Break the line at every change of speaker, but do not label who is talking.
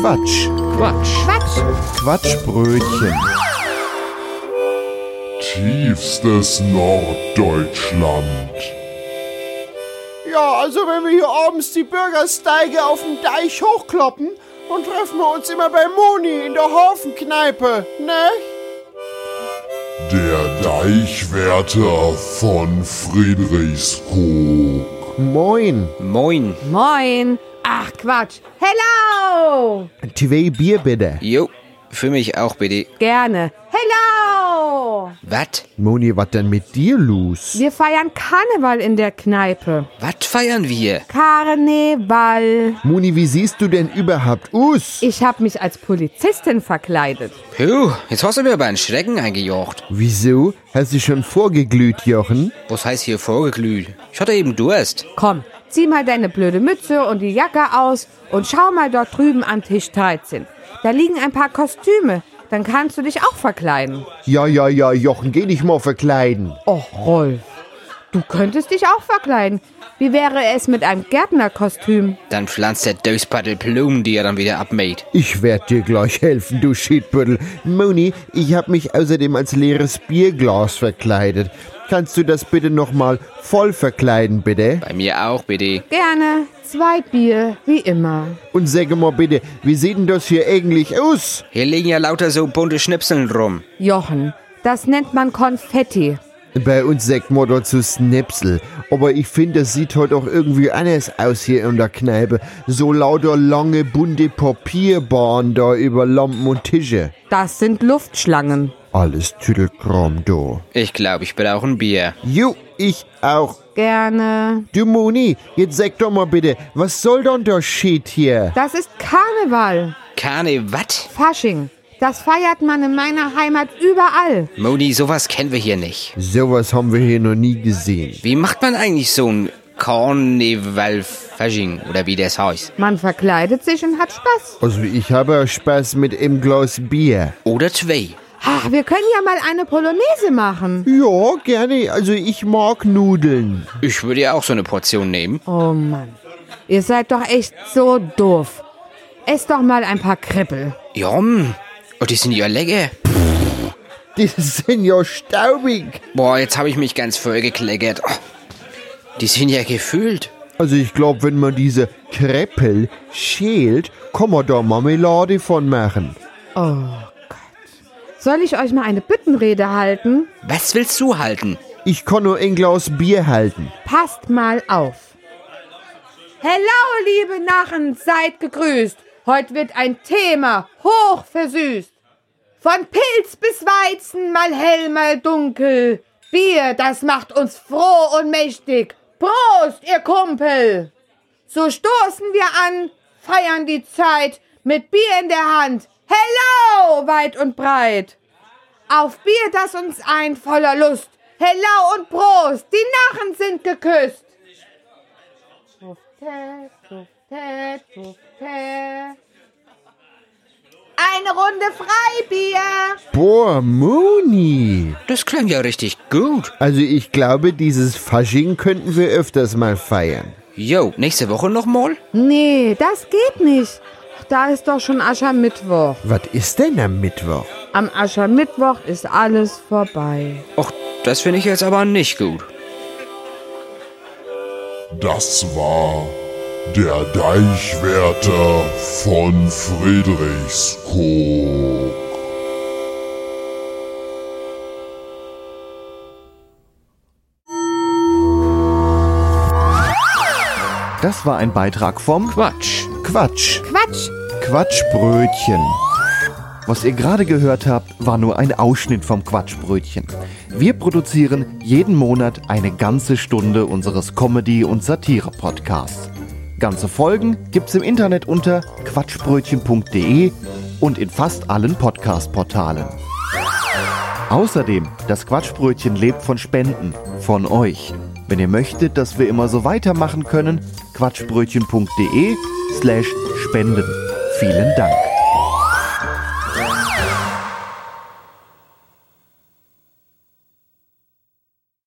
Quatsch.
Quatsch.
Quatsch.
Quatschbrötchen.
Tiefstes Norddeutschland.
Ja, also wenn wir hier abends die Bürgersteige auf dem Deich hochkloppen, dann treffen wir uns immer bei Moni in der Hafenkneipe, ne?
Der Deichwärter von Friedrichskoog.
Moin.
Moin.
Moin. Ach, Quatsch. Hello.
Zwei Bier bitte.
Jo, für mich auch bitte.
Gerne. Hello.
Was?
Moni, was denn mit dir los?
Wir feiern Karneval in der Kneipe.
Was feiern wir?
Karneval.
Moni, wie siehst du denn überhaupt aus?
Ich habe mich als Polizistin verkleidet.
Puh, jetzt hast du mir aber einen Schrecken eingejocht.
Wieso? Hast du schon vorgeglüht, Jochen?
Was heißt hier vorgeglüht? Ich hatte eben Durst.
Komm, zieh mal deine blöde Mütze und die Jacke aus und schau mal dort drüben an Tisch 13. Da liegen ein paar Kostüme. Dann kannst du dich auch verkleiden.
Ja, ja, ja, Jochen, geh dich mal verkleiden.
Och, Rolf. Du könntest dich auch verkleiden. Wie wäre es mit einem Gärtnerkostüm?
Dann pflanzt der Dösbattel Blumen, die er dann wieder abmäht.
Ich werd dir gleich helfen, du Schiedbüttel. Moni, ich hab mich außerdem als leeres Bierglas verkleidet. Kannst du das bitte nochmal voll verkleiden, bitte?
Bei mir auch bitte.
Gerne. Zwei Bier, wie immer.
Und sag mal bitte, wie sieht denn das hier eigentlich aus?
Hier liegen ja lauter so bunte Schnipseln rum.
Jochen, das nennt man Konfetti.
Bei uns sagt man dazu Snipsel. Aber ich finde, das sieht heute auch irgendwie anders aus hier in der Kneipe. So lauter lange, bunte Papierbahnen da über Lampen und Tische.
Das sind Luftschlangen.
Alles Tüdelkram da.
Ich glaube, ich brauche ein Bier.
Jo, ich auch.
Gerne.
Du Moni, jetzt sag doch mal bitte, was soll denn der Shit hier?
Das ist Karneval.
Karne, wat?
Fasching. Das feiert man in meiner Heimat überall.
Moni, sowas kennen wir hier nicht.
Sowas haben wir hier noch nie gesehen.
Wie macht man eigentlich so ein Karneval-Fasching oder wie das heißt?
Man verkleidet sich und hat Spaß.
Also ich habe auch Spaß mit einem Glas Bier.
Oder zwei.
Ach, wir können ja mal eine Polonaise machen.
Ja, gerne. Also ich mag Nudeln.
Ich würde ja auch so eine Portion nehmen.
Oh Mann. Ihr seid doch echt so doof. Esst doch mal ein paar Krippel.
Jom. Und die sind ja lecker.
Die sind ja staubig.
Boah, jetzt habe ich mich ganz voll gekleckert. Oh, die sind ja gefühlt.
Also ich glaube, wenn man diese Kreppel schält, kann man da Marmelade von machen.
Soll ich euch mal eine Büttenrede halten?
Was willst du halten?
Ich kann nur ein Glas Bier halten.
Passt mal auf. Hello, liebe Narren, seid gegrüßt. Heute wird ein Thema hoch versüßt. Von Pilz bis Weizen, mal hell, mal dunkel. Bier, das macht uns froh und mächtig. Prost, ihr Kumpel! So stoßen wir an, feiern die Zeit mit Bier in der Hand. Hello, weit und breit. Auf Bier, das uns ein voller Lust. Hello und Prost, die Narren sind geküsst. Tufte, tufte, tufte. Eine Runde Freibier.
Boah, Moni.
Das klang ja richtig gut.
Also ich glaube, dieses Fasching könnten wir öfters mal feiern.
Jo, nächste Woche nochmal?
Nee, das geht nicht. Da ist doch schon Aschermittwoch.
Was ist denn am Mittwoch?
Am Aschermittwoch ist alles vorbei.
Och, das finde ich jetzt aber nicht gut.
Das war der Deichwärter von Friedrichskoog.
Das war ein Beitrag vom
Quatsch.
Quatsch.
Quatsch.
Quatschbrötchen.
Was ihr gerade gehört habt, war nur ein Ausschnitt vom Quatschbrötchen. Wir produzieren jeden Monat eine ganze Stunde unseres Comedy- und Satire-Podcasts. Ganze Folgen gibt's im Internet unter quatschbrötchen.de und in fast allen Podcast-Portalen. Außerdem, das Quatschbrötchen lebt von Spenden, von euch. Wenn ihr möchtet, dass wir immer so weitermachen können, quatschbrötchen.de slash spenden. Vielen Dank.